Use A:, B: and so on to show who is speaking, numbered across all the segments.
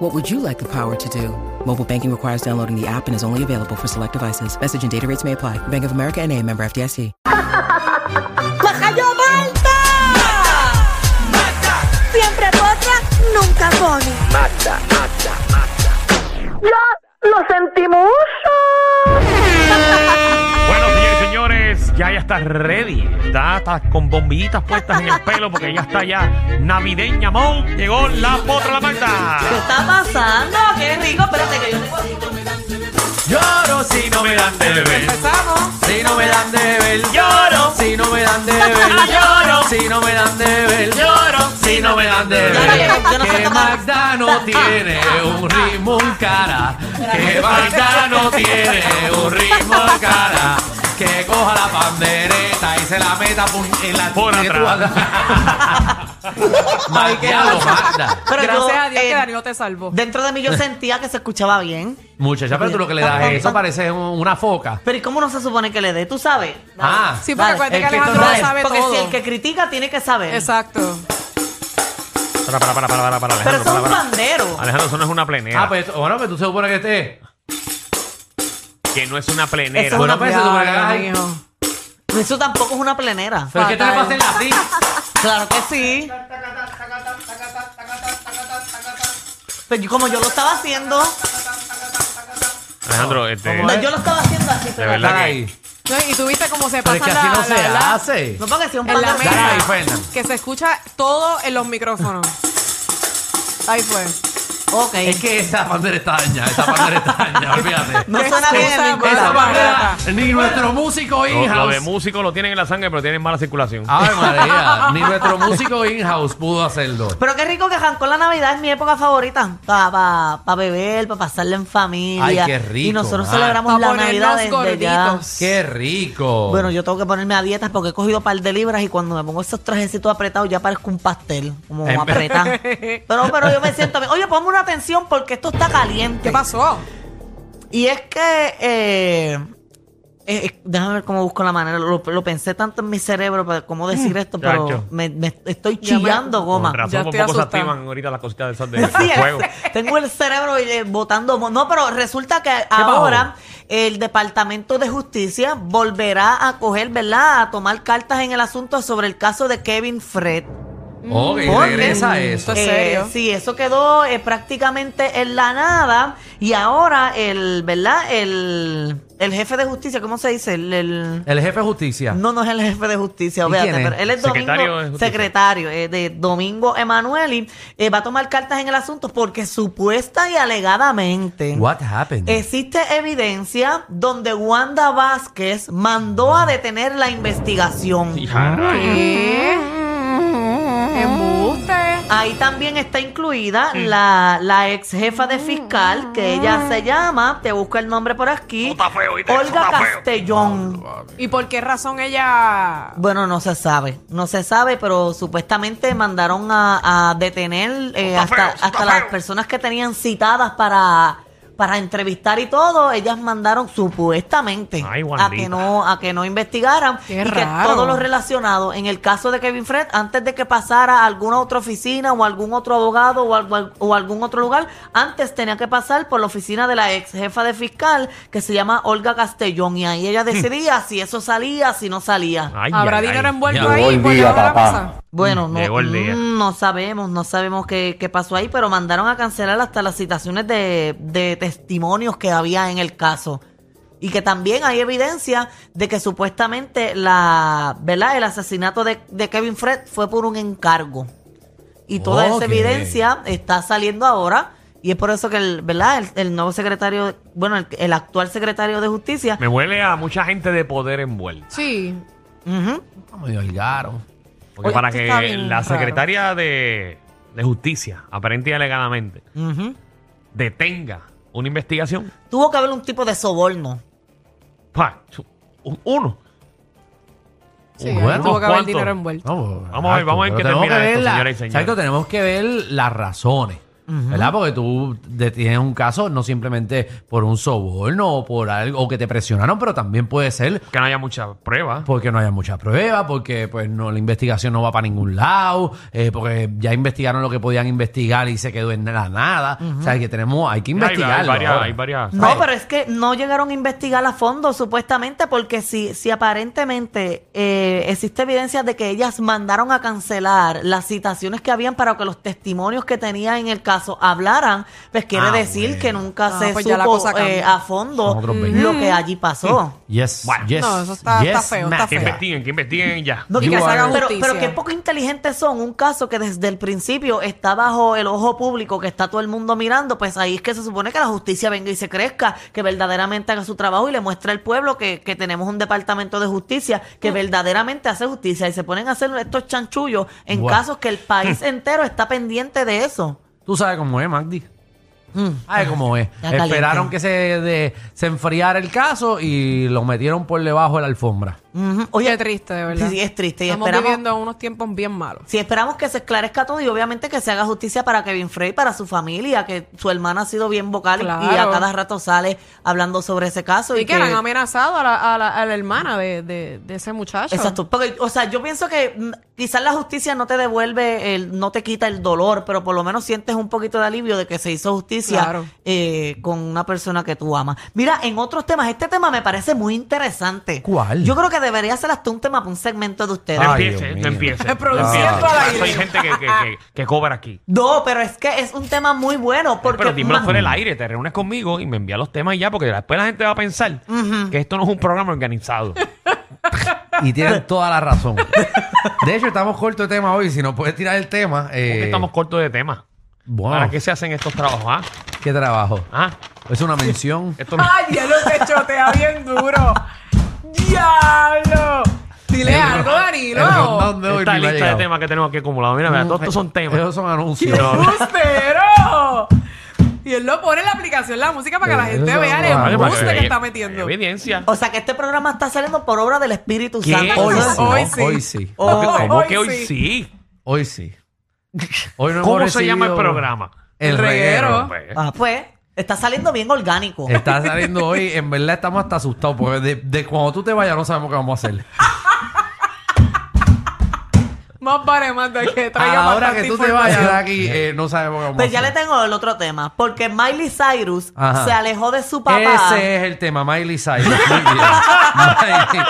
A: What would you like the power to do? Mobile banking requires downloading the app and is only available for select devices. Message and data rates may apply. Bank of America and a member FDIC.
B: ¡Bajayo Malta! Siempre potra, nunca pone. ¡Ya lo sentimos!
C: Bueno, señores y señores, ya ella está ready. Está, está con bombillitas puestas en el pelo porque ella está ya navideña, mon. Llegó la potra la
D: ¿Qué
C: Magda.
D: está pasando? ¡Qué rico! Espérate que yo tengo...
E: Lloro si no me dan de ver.
D: Empezamos.
E: Si no me dan de ver.
C: Lloro.
E: Si no me dan de ver.
C: Lloro.
E: Si no me dan de ver.
C: Lloro.
E: Si no me dan de ver.
D: Yo no sé
E: Que
D: tocar.
E: Magda no tiene un ritmo en cara. Que Magda no tiene un ritmo en cara. Que coja la pandereta y se la meta pun- en la
C: Por atrás.
E: Magdialo, Magda.
D: Pero
F: Gracias
D: yo,
F: a Dios
D: eh,
F: que Danilo te salvó.
D: Dentro de mí yo sentía que se escuchaba bien.
E: Muchacha, pero tú lo que le das es eso parece un- una foca.
D: Pero ¿y cómo no se supone que le dé? ¿Tú sabes? Dale.
E: Ah.
F: Sí, porque
D: Dale.
F: acuérdate que
E: Es que esto
F: Alejandro
E: no
F: lo
E: es-
F: sabe
D: porque
F: todo.
D: si el que critica tiene que saber.
F: Exacto.
C: Para, para, para, para, para, para,
D: Pero
C: Alejandro.
D: eso es
C: Para,
D: un
C: para.
D: bandero.
C: Alejandro, eso no es una
E: Ah,
C: plenera.
E: pues bueno, pues tú se supone que esté.
F: pues.
C: Que no es una plenera.
D: Eso es
E: Bueno,
D: una
E: pues se
F: Ya,
E: supone que hagas ahí.
F: mijo.
D: Eso tampoco es una plenera.
E: Pero es que tú le
F: Fatal.
E: pasas en la así.
D: Claro que sí. Pero yo- como yo lo estaba haciendo,
C: Alejandro, este,
E: ¿Cómo
F: Pues,
D: no,
E: es?
D: yo lo estaba haciendo así.
C: de
D: Pero
C: verdad que...
E: Ay,
F: No, y tú viste cómo se
E: Pero
F: pasa
E: es que así
F: la,
E: no se
F: la- la-
E: hace.
D: No porque sea un
F: en la
D: bandero.
E: Dale
F: mesa.
E: ahí, Fernan.
F: que se escucha todo en los micrófonos. Ahí fue.
D: Ok.
E: Es que esa bandera está dañada, esa bandera está dañada, olvídate.
D: No
F: Qué
D: suena bien el
F: excusa mala.
E: Esa
D: micrófono.
E: bandera, ni nuestro músico
C: Lo, lo de
E: in-house.
C: músico lo tienen en la sangre, pero tienen mala circulación.
F: Ah,
E: Ay, María, ni nuestro músico in-house pudo hacerlo.
D: Pero qué rico que arrancó la Navidad, es mi época favorita. Para pa, pa beber, para pasarla en familia.
E: Ay, qué rico,
D: Y nosotros
E: ma.
D: celebramos
F: Pa'
D: la
F: ponernos
D: Navidad desde ya.
F: gorditos.
E: ¡Qué rico!
D: Bueno, yo tengo que ponerme a dietas porque he cogido un par de libras y cuando me pongo esos trajecitos apretados ya parezco un pastel, como
E: En vez-
D: apretado. pero, pero yo me siento bien. Oye, ponme una atención porque esto está caliente.
F: ¿Qué pasó?
D: Y es que. eh, eh, eh, déjame ver cómo busco la manera. Lo, lo pensé tanto en mi cerebro para cómo decir esto,
C: chacho.
D: pero me, me estoy chillando
C: Con
D: goma.
C: razón,
F: Ya
C: con
F: estoy
C: poco se
F: asustada.
C: activan ahorita las cositas del sol de, del
D: Sí,
C: fuego.
D: el- tengo el cerebro eh, botando. mo- No, pero resulta que ahora el Departamento de Justicia volverá a coger, ¿verdad? A tomar cartas en el asunto sobre el caso de Kevin Fred.
E: Ok,
D: ¿Por qué?
E: regresa eso.
F: Entonces- ¿En serio?
D: sí, eso quedó eh, prácticamente en la nada. Y ahora el, ¿verdad? El, el jefe de justicia, ¿cómo se dice? El- el-
E: El jefe de justicia.
D: no, no es el jefe de justicia,
E: ¿Y
D: obviamente,
E: quién es?
D: pero él es
C: Secretario
D: domingo,
C: de Justicia.
D: secretario eh, de Domingo Emanueli, eh, va a tomar cartas en el asunto porque supuesta y alegadamente
E: What happened?
D: existe evidencia donde Wanda Vázquez mandó a detener la investigación.
C: Hija, rayos.
F: ¿Qué? Embuste.
D: Ahí también está incluida la, la ex jefa de fiscal, que ella se llama, te busco el nombre por aquí, Olga Castellón.
F: ¿Y por qué razón ella
D: Bueno, no se sabe, no se sabe, pero supuestamente mandaron a, a detener eh, hasta, hasta las personas que tenían citadas para, para entrevistar y todo, ellas mandaron supuestamente
C: Ay,
D: a
C: Wandita.
D: que no a que no investigaran
F: Qué
D: y que
F: raro.
D: todo lo relacionado en el caso de Kevin Fred antes de que pasara a alguna otra oficina o algún otro abogado o, al- o algún otro lugar, antes tenía que pasar por la oficina de la ex jefa de fiscal que se llama Olga Castellón y ahí ella decidía si eso salía, si no salía.
C: Ay,
F: habrá
C: ay,
F: dinero
C: ay.
F: envuelto
C: Ya.
F: ahí
G: Llegó el
F: por
G: día,
F: debajo de la
G: papá.
F: mesa?
D: Bueno, no,
C: Llegó el día.
D: mm, no sabemos, no sabemos qué, qué pasó ahí, pero mandaron a cancelar hasta las citaciones de, de testimonios que había en el caso. Y que también hay evidencia de que supuestamente la, ¿verdad? el asesinato de, de Kevin Fred fue por un encargo. Y toda
E: Ok.
D: esa evidencia está saliendo ahora. Y es por eso que el, ¿verdad? El, el nuevo secretario, bueno, el, el actual secretario de justicia.
C: Me huele a mucha gente de poder envuelta.
F: Sí.
D: Ujú.
E: Me holgaron.
C: Porque
F: Oye,
C: para
F: esto está
C: que
F: bien
C: la
F: raro.
C: secretaria de, de Justicia, aparente y alegadamente, detenga una investigación,
D: Tuvo que haber un tipo de soborno.
C: pa, chu, un- uno.
F: Sí,
C: Bueno,
F: ahí tuvo que haber
C: ¿cuánto?
F: dinero envuelto.
E: pues,
C: Vamos a ver, vamos a ver qué termina esto, señoras y señores.
E: Exacto, tenemos que ver las razones. ¿Verdad? Porque tú detienes un caso no simplemente por un soborno o por algo o que te presionaron, pero también puede ser
C: Que no haya mucha prueba.
E: porque no haya muchas pruebas, porque pues no la investigación no va para ningún lado, eh, porque ya investigaron lo que podían investigar y se quedó en la nada. O sea, que tenemos, hay que
C: Mira, hay-
E: investigarlo.
C: Hay varias,
E: ahora.
C: hay varias.
D: No,
E: Ay.
D: pero es que no llegaron a investigar a fondo, supuestamente, porque si, si aparentemente eh, existe evidencia de que ellas mandaron a cancelar las citaciones que habían para que los testimonios que tenía en el caso hablaran, pues quiere
E: Ah,
D: decir
E: bueno.
D: que nunca
F: Ah,
D: se
F: pues ya la
D: supo
F: cosa cambia.
D: eh, a fondo
E: Son otros veinte.
D: lo que allí pasó.
E: Yes,
C: Bueno.
E: yes,
F: No, eso está-
E: yes,
F: está feo, está
E: Matt.
C: Que
F: feo.
C: investiguen, que investiguen ya.
F: No, y
E: You
F: que se
E: are-
F: haga
D: Pero,
F: justicia.
D: pero qué poco inteligentes son. Un caso que desde el principio está bajo el ojo público, que está todo el mundo mirando, pues ahí es que se supone que la justicia venga y se crezca, que verdaderamente haga su trabajo y le muestre al pueblo que, que tenemos un departamento de justicia
F: Mm.
D: que verdaderamente hace justicia. Y se ponen a hacer estos chanchullos en
E: Buah.
D: casos que el país entero está pendiente de eso.
E: Tú sabes cómo es, Magdi.
D: Mm.
E: Ay, cómo Ah, es.
D: Ya caliente.
E: Esperaron que se, de- se enfriara el caso y lo metieron por debajo de la alfombra.
D: Ujú.
F: Oye,
D: Oye,
F: triste, de verdad.
D: sí, sí, es triste. Y
F: Estamos
D: esperamos,
F: viviendo unos tiempos bien malos.
D: Si esperamos que se esclarezca todo y obviamente que se haga justicia para Kevin Frey, para su familia, que su hermana ha sido bien vocal
F: Claro.
D: y a cada rato sale hablando sobre ese caso.
F: Y,
D: Y,
F: que han amenazado a la, a la- a la hermana de, de- de ese muchacho.
D: Exacto. Porque, o sea, yo pienso que mm, quizás la justicia no te devuelve, el, no te quita el dolor, pero por lo menos sientes un poquito de alivio de que se hizo justicia
F: Claro.
D: eh, con una persona que tú amas. Mira, en otros temas, este tema me parece muy interesante.
E: ¿Cuál?
D: Yo creo que debería ser hasta un tema para un segmento de ustedes.
E: Ay,
C: No
E: Dios
C: empiece,
E: mío.
C: no empiece. no
F: Produciendo
C: empiece.
F: al aire.
C: Eso Hay gente que, que, que, que cobra aquí.
D: No, pero es que es un tema muy bueno porque...
C: Pero dímelo
D: más-
C: fuera del aire, te reúnes conmigo y me envías los temas y ya, porque después la gente va a pensar que esto no es un programa organizado.
E: Y tienen toda la razón. De hecho, estamos corto de tema hoy. Si no puedes tirar el tema. eh,
C: Porque estamos cortos de temas.
E: Wow,
C: ¿Para qué
E: qué,
C: se hacen estos trabajos? ah?
E: trabajo.
C: ¿Ah?
E: Es una mención.
C: Esto no-
F: Ay, ya lo te chotea bien duro. ¡Diablo! Dile
E: El-
F: algo,
E: el
F: Danilo.
E: rundown de hoy
C: esta
E: ni me ha
C: lista de
E: llegado.
C: temas que tenemos aquí acumulados. Mira,
F: Mm,
C: mira, todos estos son temas.
E: Esos son anuncios.
F: ¡Embustero! Y él lo pone en la aplicación, la música, para que la
E: Eh,
F: gente
E: eso
F: vea
E: no va.
F: el
C: Vale, para
F: embuste
C: que-
F: que está metiendo.
C: Evidencia.
D: O sea que este programa está saliendo por obra del Espíritu
C: ¿Qué?
D: Santo.
E: Hoy sí,
F: Hoy
E: hoy
F: sí.
E: sí. Hoy sí.
C: ¿Cómo que-
F: Oh,
C: ¿Cómo
F: hoy
C: que hoy
F: sí.
C: sí?
E: Hoy sí. Hoy no hemos
C: ¿Cómo se llama el
E: recibido
C: programa?
E: El
F: El reguero.
E: reguero.
C: Pues,
D: Ah, pues, está saliendo bien orgánico.
E: Está saliendo hoy, en verdad estamos hasta asustados porque de, de cuando tú te vayas no sabemos qué vamos a hacer.
F: Más vale, más de que
E: A
F: traiga
E: la hora
F: bastante
E: que tú te
F: información.
E: vayas de aquí eh, no sabemos qué vamos
D: Pues ya
E: a
D: le
E: hacer.
D: tengo el otro tema, porque Miley Cyrus
E: Ajá.
D: se alejó de su papá.
E: Ese es el tema, Miley Cyrus. Muy bien. Miley.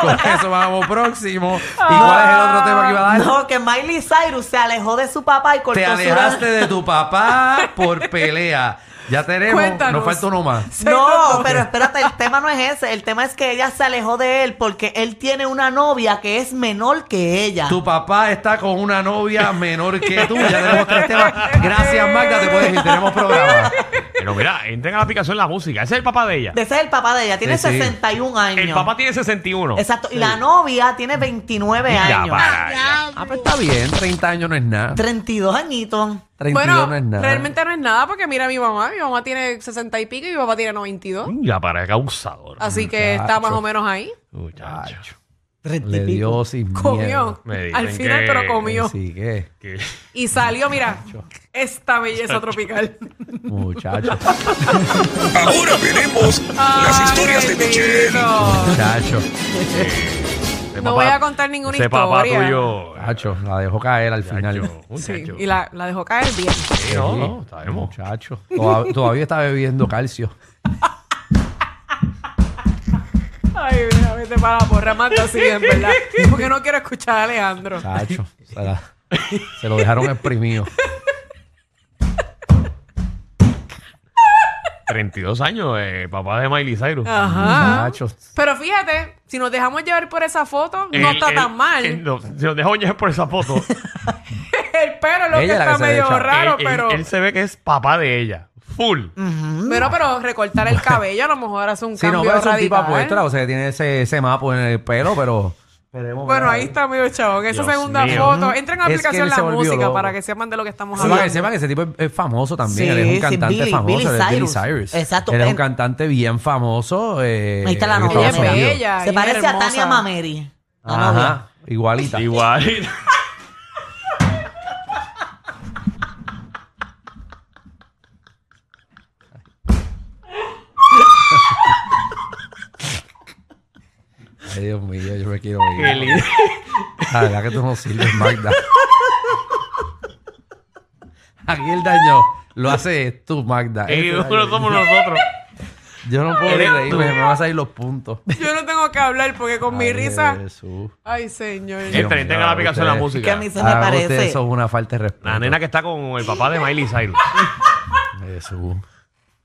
E: Con eso vamos próximo. ¿Y cuál es el otro tema que iba a dar?
D: Ah, No, que Miley Cyrus se alejó de su papá y cortó
E: Te
D: su
E: alejaste de tu papá por pelea. Ya tenemos,
F: Cuéntanos.
E: nos falta uno más.
D: No, pero espérate, el tema no es ese. El tema es que ella se alejó de él porque él tiene una novia que es menor que ella.
E: Tu papá está con una novia menor que tú. Ya tenemos tres temas. Gracias, Magda. Te puedes ir. Tenemos programa.
C: Pero mira, entren a la aplicación la música. Ese es el papá de ella.
D: De Ese es el papá de ella, tiene
E: Sí, sí.
D: 61 años.
C: El papá tiene 61.
D: Exacto, y la novia tiene 29
C: Ya,
D: años.
C: para allá.
E: Ah, pues está bien. 30 años no es nada.
D: 32 añitos.
E: 32
F: Bueno,
E: no es nada.
F: realmente no es nada porque mira a mi mamá. Mi mamá tiene 60 y pico y mi papá tiene 92.
C: Ya para causador.
F: Así que está más o menos ahí.
C: Muchacho.
E: Le dio sin
F: Comió.
E: miedo.
C: Me dicen
F: Al final,
C: que-
F: pero comió.
E: Así que,
C: Que-
F: Y salió, mira, esta belleza tropical.
E: muchacho,
G: Ahora veremos las historias de Michelle.
F: Bendito.
E: muchacho,
C: ese
F: No voy a contar ninguna
C: ese papá
F: historia.
C: tuyo.
E: muchacho, la dejó caer al final.
C: Muchacho,
F: Sí,
C: muchacho.
F: y la, la dejó caer bien.
C: Sí, no, no, sabemos.
E: Muchacho, toda- todavía está bebiendo calcio.
F: Ay, mira, vete para la porra, manda así, en verdad. Porque no quiero escuchar a Alejandro.
E: Muchacho, se, la- se lo dejaron exprimido.
C: 32 años, eh, papá de Miley Cyrus.
F: Ah, Ajá.
E: Muchacho,
F: Pero fíjate, si nos dejamos llevar por esa foto, no
C: El-
F: está
C: el-
F: tan mal.
C: el-
F: El,
C: no, si nos dejó llevar por esa foto,
F: pelo es
E: Ella
F: lo que
E: es la
F: está
E: que se
F: medio
E: deja.
F: raro,
C: él, él-
F: pero,
C: él se ve que es papá de ella. Full.
F: pero. Pero recortar el cabello a lo mejor hace un
E: si no,
F: cambio
E: pero es un tipo
F: radical.
D: ¿eh?
E: apuesta, o sea, tiene ese, ese mapa en el pelo, pero.
F: bueno, ahí está medio chabón. Esa
C: Dios
F: segunda
C: mío.
F: foto. Entren a
E: Es que
F: aplicación
E: él se
F: la
E: volvió
F: música
E: loco.
F: para que sepan de lo que estamos
E: Sepa que,
F: hablando.
E: sepa que ese tipo es, es famoso también.
D: Sí,
E: él es
D: sí,
E: un cantante
D: Billy-
E: famoso.
D: Billy
E: él es Billy
D: Cyrus.
E: Cyrus.
D: Exacto.
E: Él es un
D: En-
E: cantante bien famoso. eh,
D: Ahí está la
E: en
D: novia.
E: Estados
F: Ella es
E: Unidos.
F: bella.
D: Se
F: ella es
D: parece a
F: hermosa.
D: Tania Mameri. La novia.
E: Ajá, igualita.
C: Igual.
E: Ay, Dios mío, yo me quiero
C: Qué
E: ir.
C: lindo.
E: La Ah, verdad que tú no sirves, Magda. Aquí el daño lo haces tú, Magda.
C: Y
E: Ese
C: uno
E: daño.
C: somos nosotros.
E: Yo no puedo ni
C: Eres tú.
E: reírme, me van a salir los puntos.
F: Yo no tengo que hablar porque con mi
E: Ay,
F: risa.
E: Jesús.
F: Ay, señor.
E: Dios
C: Entren,
E: mío,
C: tengan la aplicación de la
E: ustedes-
D: Que a
C: música.
D: mí se me
E: Hagan
D: parece.
E: ah, ustedes, Eso es una falta de respeto.
C: La nena que está con el papá de Miley Cyrus.
E: Jesús.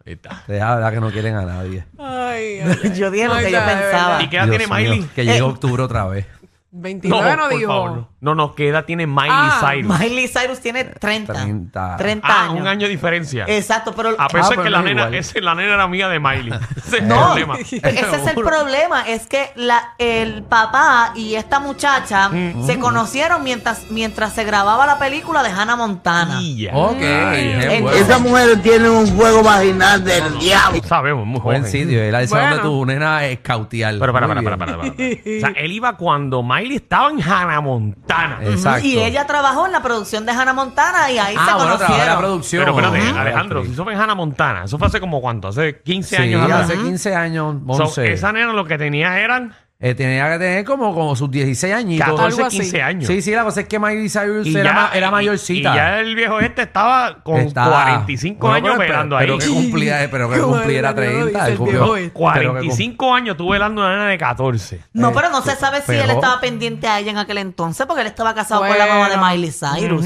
C: Ahí está.
E: Ustedes, la verdad que no quieren a nadie.
F: Ay, ay,
D: Yo dije lo
F: ay,
D: que yo
F: Oh de verdad.
D: pensaba.
C: ¿Y qué edad
E: Dios
C: tiene
E: mío,
C: Miley?
E: Que llega
D: Eh.
E: octubre otra vez.
F: 29 no,
C: por
F: dijo.
C: favor, no. No, no, ¿qué edad tiene Miley
F: Ah,
C: Cyrus?
D: Miley Cyrus tiene
E: Eh,
D: 30.
E: 30.
D: 30,
C: Ah,
D: años.
C: un año de diferencia.
D: Exacto, pero
C: A pesar
E: pero
C: que
E: no
C: la
E: es
C: nena,
E: igual.
C: ese- la nena era amiga de Miley. Ese es el
D: No,
C: problema.
D: ese es el problema. Es que la, el papá y esta muchacha
E: Mm.
D: se conocieron mientras, mientras se grababa la película de Hannah Montana.
C: Y ya.
E: Ok, qué
D: En-
E: bueno.
H: Esa mujer tiene un juego vaginal del diablo.
C: Sabemos, muy joven.
E: Buen sitio. Él dice
F: Bueno.
E: donde tu nena es cautear.
C: Pero para,
E: Muy
C: para, para,
E: bien.
C: para, para, para. O sea, él iba cuando Miley estaba en Hannah Montana.
E: Exacto.
D: Y ella trabajó en la producción de Hannah Montana y ahí se
E: Ah, bueno, trabajaba en la
D: conocieron.
E: producción.
C: Pero espérate,
E: Ah,
C: Alejandro,
E: ok.
C: si eso fue en Hannah Montana, eso fue hace como cuánto, hace 15
E: Sí,
C: años atrás.
E: hace 15 años,
C: So,
E: 11.
C: esa nena lo que tenía eran
E: Eh, tenía que tener como, como sus 16 añitos.
C: 14,
F: Algo así.
C: 15 años.
E: Sí, sí, la cosa es que Miley Cyrus era, ma- era mayorcita.
C: Y ya el viejo este estaba con
E: Está-
C: 45
E: Bueno,
C: años
E: pero-
C: velando
E: pero,
C: ahí.
E: que cumplía, eh, pero que
F: Como
E: cumpliera
F: el reloj
E: 30.
F: dice
E: él
F: el
E: cumplió-
D: este.
F: viejo
E: pero
F: hoy.
E: que cum-
C: 45 años tú velando a una nena de 14.
D: No, pero no se sabe si él
E: Eh, Pero-
D: estaba pendiente a ella en aquel entonces porque él estaba casado con la mamá de
F: Bueno.
D: Miley Cyrus.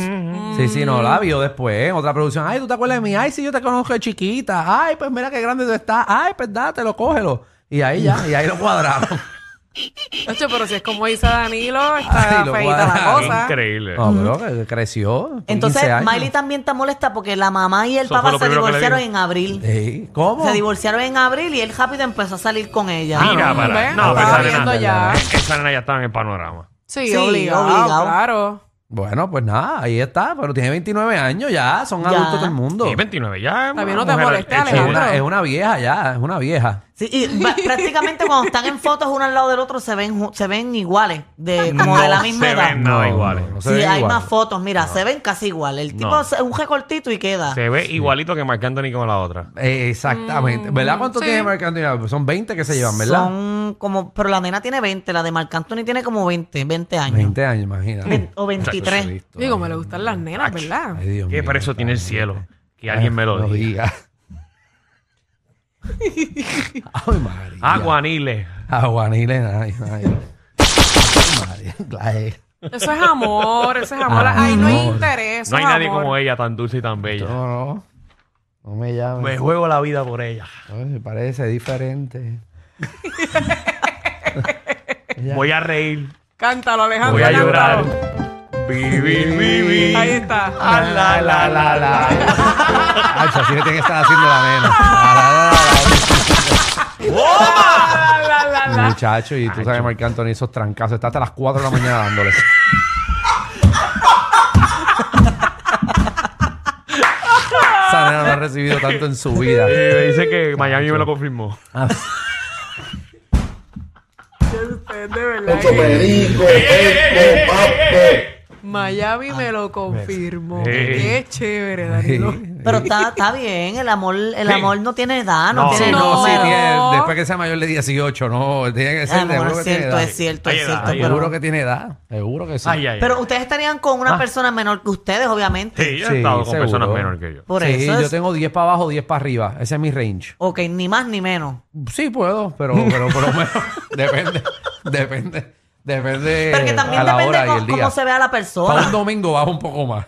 E: Sí, sí, no, la vio después en otra producción. Ay, ¿tú te acuerdas de mí? Ay, sí, yo te conozco de chiquita. Ay, pues mira qué grande tú estás. Ay, pues dátelo, cógelo. Y ahí ya, y ahí lo cuadraron.
F: Ocho, pero si es como dice Danilo,
E: Ay,
F: está
E: lo
F: feita la
E: guardaron.
F: cosa.
C: Increíble.
E: No, pero que creció.
D: Entonces,
E: 15 años.
D: Miley también está molesta porque la mamá y el
C: Eso fue
D: papá
C: lo
D: se
C: primero que le
D: divorciaron
C: dijo.
D: en abril.
E: Sí, ¿Cómo?
D: Se divorciaron en abril y él rápido empezó a salir con ella. Ah.
C: Mira,
F: no,
C: para.
F: bueno,
C: no, pero
E: estaba
C: esa nena,
F: viendo ya.
C: esa nena ya estaba en el panorama.
F: Sí,
D: Sí,
F: obligado,
D: obligado.
F: claro.
E: Bueno, pues nada, ahí está. Pero tiene 29 años ya. Son
D: Ya.
E: adultos todo el mundo.
C: Sí, 29 ya. es
F: También
C: una
F: no te
C: mujer
F: molesta,
C: hecha y
E: Es
F: Alejandro.
C: derecha.
E: una, es una vieja ya, es una vieja.
D: Sí, y va- prácticamente cuando están en fotos uno al lado del otro se ven, ju- se ven iguales,
F: Eh,
D: de, como de la
C: No
D: misma
C: se
D: edad.
C: ven nada iguales.
E: no se
D: Sí,
E: ven
D: hay
E: igual.
D: más fotos, mira, se ven casi igual. El tipo
C: No.
D: es un recortito y queda.
C: Se ve igualito que Marc Anthony con la otra.
E: Eh, exactamente. ¿Verdad cuánto
F: sí.
E: tiene Marc Anthony? Son 20 que se llevan, ¿verdad?
D: Son como, pero la nena tiene 20, la de Marc Anthony tiene como 20, 20 años.
E: 20 años, imagínate.
D: Ve- o 23.
E: Jesucristo,
F: Digo,
E: ay.
F: me le gustan las nenas, ¿verdad?
E: Ay, Dios
C: Qué
E: mío,
C: precio tiene el
E: santo.
C: cielo. Que alguien me lo
E: No
C: diga.
E: diga. Ay, María.
C: Ah, Aguaniles.
E: Aguaniles, ay, ay. Ay, María, Clay.
F: Eso es amor, eso es amor. Ay, no hay
E: Amor.
F: interés.
C: No hay nadie como
F: él.
C: ella, tan dulce y tan bella.
E: No, no. No me
C: Me
E: llames.
C: juego la vida por ella.
E: Ay, Me parece diferente. Ya.
C: Voy a reír.
F: Cántalo, Alejandro.
C: Voy a
F: cántalo.
C: llorar. Vivir, vivir.
F: Ahí está.
C: Ah, la, la, la, la.
E: Ay, así le tiene que estar haciendo la nena. La, la, la, la. Muchacho, y tú sabes, Marc Anthony, esos trancazos. Está hasta las 4 de la mañana dándoles. Esa nena no ha recibido tanto en su vida.
C: Eh, me dice que Miami me lo confirmó.
F: Usted, de verdad. que- Miami me lo
E: Ah,
F: confirmó. Qué chévere, Danilo.
D: Pero está, está bien, el amor, el
C: Sí.
D: amor no tiene edad, no,
C: No.
D: tiene
E: Sí,
F: No.
E: no, sí,
D: número.
E: tiene- después que sea mayor de 18, no, tiene que
D: Ah,
E: ser,
D: bueno,
E: seguro que
D: es
E: tiene
D: cierto,
E: edad.
D: es cierto, es
C: Ahí va,
D: cierto.
C: ahí va.
D: pero,
E: Seguro que tiene edad, seguro que sí.
C: Ay, ay, ay.
D: pero ustedes estarían con una
E: Ah.
D: persona menor que ustedes, obviamente.
C: Sí, yo he
E: Sí,
C: estado con
E: seguro.
C: personas menores que yo.
D: Por
E: sí,
D: eso
E: yo
D: es-
E: tengo 10 para abajo, 10 para arriba. Ese es mi range.
D: Ok, ni más ni menos.
E: Sí puedo, pero, pero por lo menos depende, depende, depende
D: Pero que también
E: Eh, a la
D: depende
E: hora y
D: cómo,
E: el día.
D: cómo se vea la
E: Para un
D: persona.
E: domingo bajo un poco más.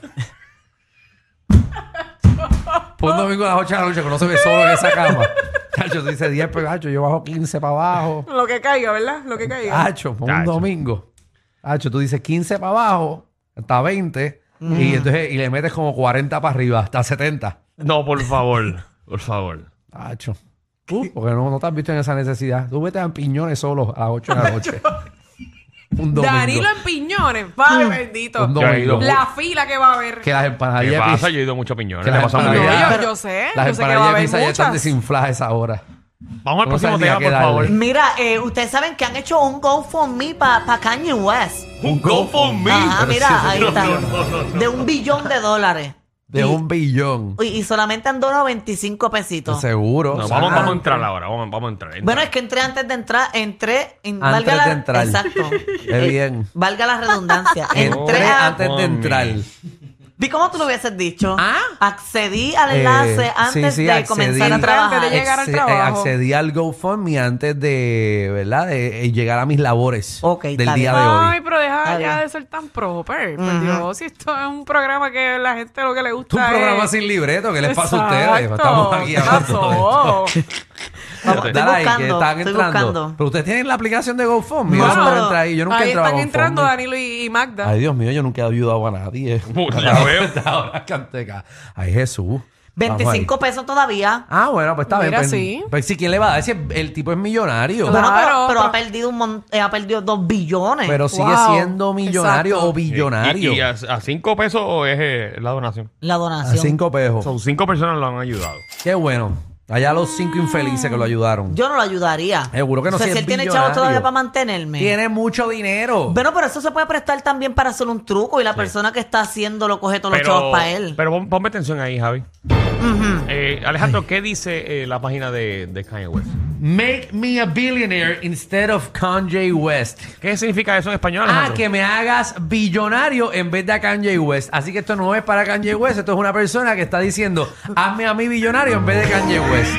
E: Para un domingo a las 8 de la noche que no se ve solo en esa cama. Cacho, tú dices 10 para yo bajo 15 para abacho
F: Lo que caiga, ¿verdad? Lo
E: Ah,
F: que caiga.
E: Cacho, para un
C: Cacho.
E: domingo. Cacho, tú dices 15 para abajo hasta 20 y entonces y le metes como 40 para arriba hasta 70.
C: No, por favor. Por favor.
E: Tacho. Uh, porque no, no te has visto en esa necesidad. Tú vete a piñones solo a las 8 de la noche. Un domingo.
F: Danilo en piñones. Padre bendito.
E: Un
C: Yo he ido.
E: domingo.
F: La fila que va a haber.
E: Que las empanadillas
C: ¿Qué
E: de
C: pasa?
E: pizza-
C: Yo he ido mucho a piñones.
E: que
C: Le
E: las
C: pasa muy
F: Eh, No,
E: empanadillas-
C: bien.
F: yo-
E: Pero-
F: yo sé,
E: Las
F: yo sé que va a
E: empanadillas de
F: haber
E: pizza ya están
F: muchas.
E: desinfladas a esa hora.
C: Vamos al
E: No
C: próximo
E: sabía
C: tema,
E: qué
C: por
E: darle.
C: favor.
D: Mira, eh, ustedes saben que han hecho un GoFundMe para pa Kanye West.
C: Un GoFundMe.
D: Ajá, mira, ahí
C: No,
D: está.
C: no, no, no, no.
D: De un billón de dólares.
E: De un billón.
D: Y, y solamente han donado 25 pesitos.
E: Seguro.
C: No,
E: O sea,
C: vamos, vamos a entrar ahora, vamos, vamos a entrar.
D: Bueno, es que entré antes de entrar, entré, en,
E: Antes
D: valga la,
E: de entrar.
D: Exacto.
E: Qué
D: Eh,
E: bien.
D: Valga la redundancia.
E: Entré
D: entré a-
E: antes de entrar.
D: Vi cómo tú lo hubieses dicho.
E: ¿Ah?
D: Accedí al enlace
E: Eh,
D: antes
E: sí, sí,
D: de
E: accedí.
D: comenzar a
E: Entré
F: antes
D: trabajar.
F: de llegar al
E: Acce- eh,
F: trabajo.
E: accedí al GoFundMe antes de, ¿verdad? De eh, llegar a mis labores
D: Ok,
E: del
D: está
E: día
D: bien.
E: de hoy.
F: Ay, pero deja
D: Está
F: ya
D: bien.
F: de ser tan proper. Por
D: Ujú.
F: Dios, si esto es un programa que la gente lo que le
E: Es un
F: gusta
E: programa
F: es...
E: sin libreto, ¿qué les pasa a ustedes?
F: pues, Exacto.
E: Estamos aquí
F: ¿Qué
E: hablando de esto.
F: pasó?
D: Vamos, estoy
E: Dale ahí, que
D: buscando,
E: están
D: estoy
E: entrando.
D: buscando.
E: Pero ustedes tienen la aplicación de GoFundMe.
D: No,
E: Yo no
D: pero-
E: entra ahí. Yo nunca he
F: Ahí
E: entrado a
F: están entrando
E: GoFundMe.
F: Danilo y, y Magda.
E: Ay, Dios mío, yo nunca he ayudado a nadie.
C: Puta, ya veo.
E: Ahora canteca. Ay, Jesús. Vamos ahí.
D: 25 pesos todavía.
E: Ah, bueno, pues está
F: Mira,
E: bien.
F: sí.
E: Pues, pues, sí, ¿quién le va a dar? Si el, el tipo es millonario.
D: Bueno, pero-
F: Claro,
D: pero,
F: pero-
D: ha perdido un mon- eh, ha perdido 2 billones.
E: Pero sigue
F: Wow.
E: siendo millonario
F: Exacto.
E: o billonario.
C: Y, y a, a cinco pesos ¿o es eh, la donación.
D: la
E: a
D: donación.
E: cinco pejos.
C: Son cinco personas lo han ayudado.
E: Qué bueno. Allá los cinco infelices que lo ayudaron.
D: Yo no lo ayudaría.
E: Seguro que no,
D: O sea,
E: si
D: si
E: es
D: él tiene
E: billonario.
D: chavos todavía para mantenerme.
E: Tiene mucho dinero.
D: Bueno, pero eso se puede prestar también para hacer un truco y la persona que está haciendo lo coge todos los chavos para él.
C: pero pon- ponme atención ahí, Javi. Eh, Alejandro, ¿qué dice eh, la página de, de Kanye West?
E: Make me a billionaire instead of Kanye West.
C: ¿Qué significa eso en español,
E: Ah,
C: Alejandro?
E: que me hagas billonario en vez de a Kanye West. Así que esto no es para Kanye West. Esto es una persona que está diciendo, hazme a mí billonario en vez de Kanye West.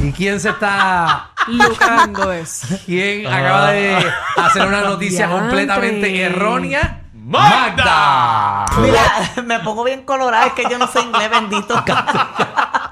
E: ¿Y quién se está...
F: Lucrando de eso.
E: ¿Quién acaba de hacer una noticia
F: Diantre.
E: completamente errónea?
C: ¡Magda!
D: Mira, me pongo bien colorada, es que yo no sé inglés, bendito.
E: Una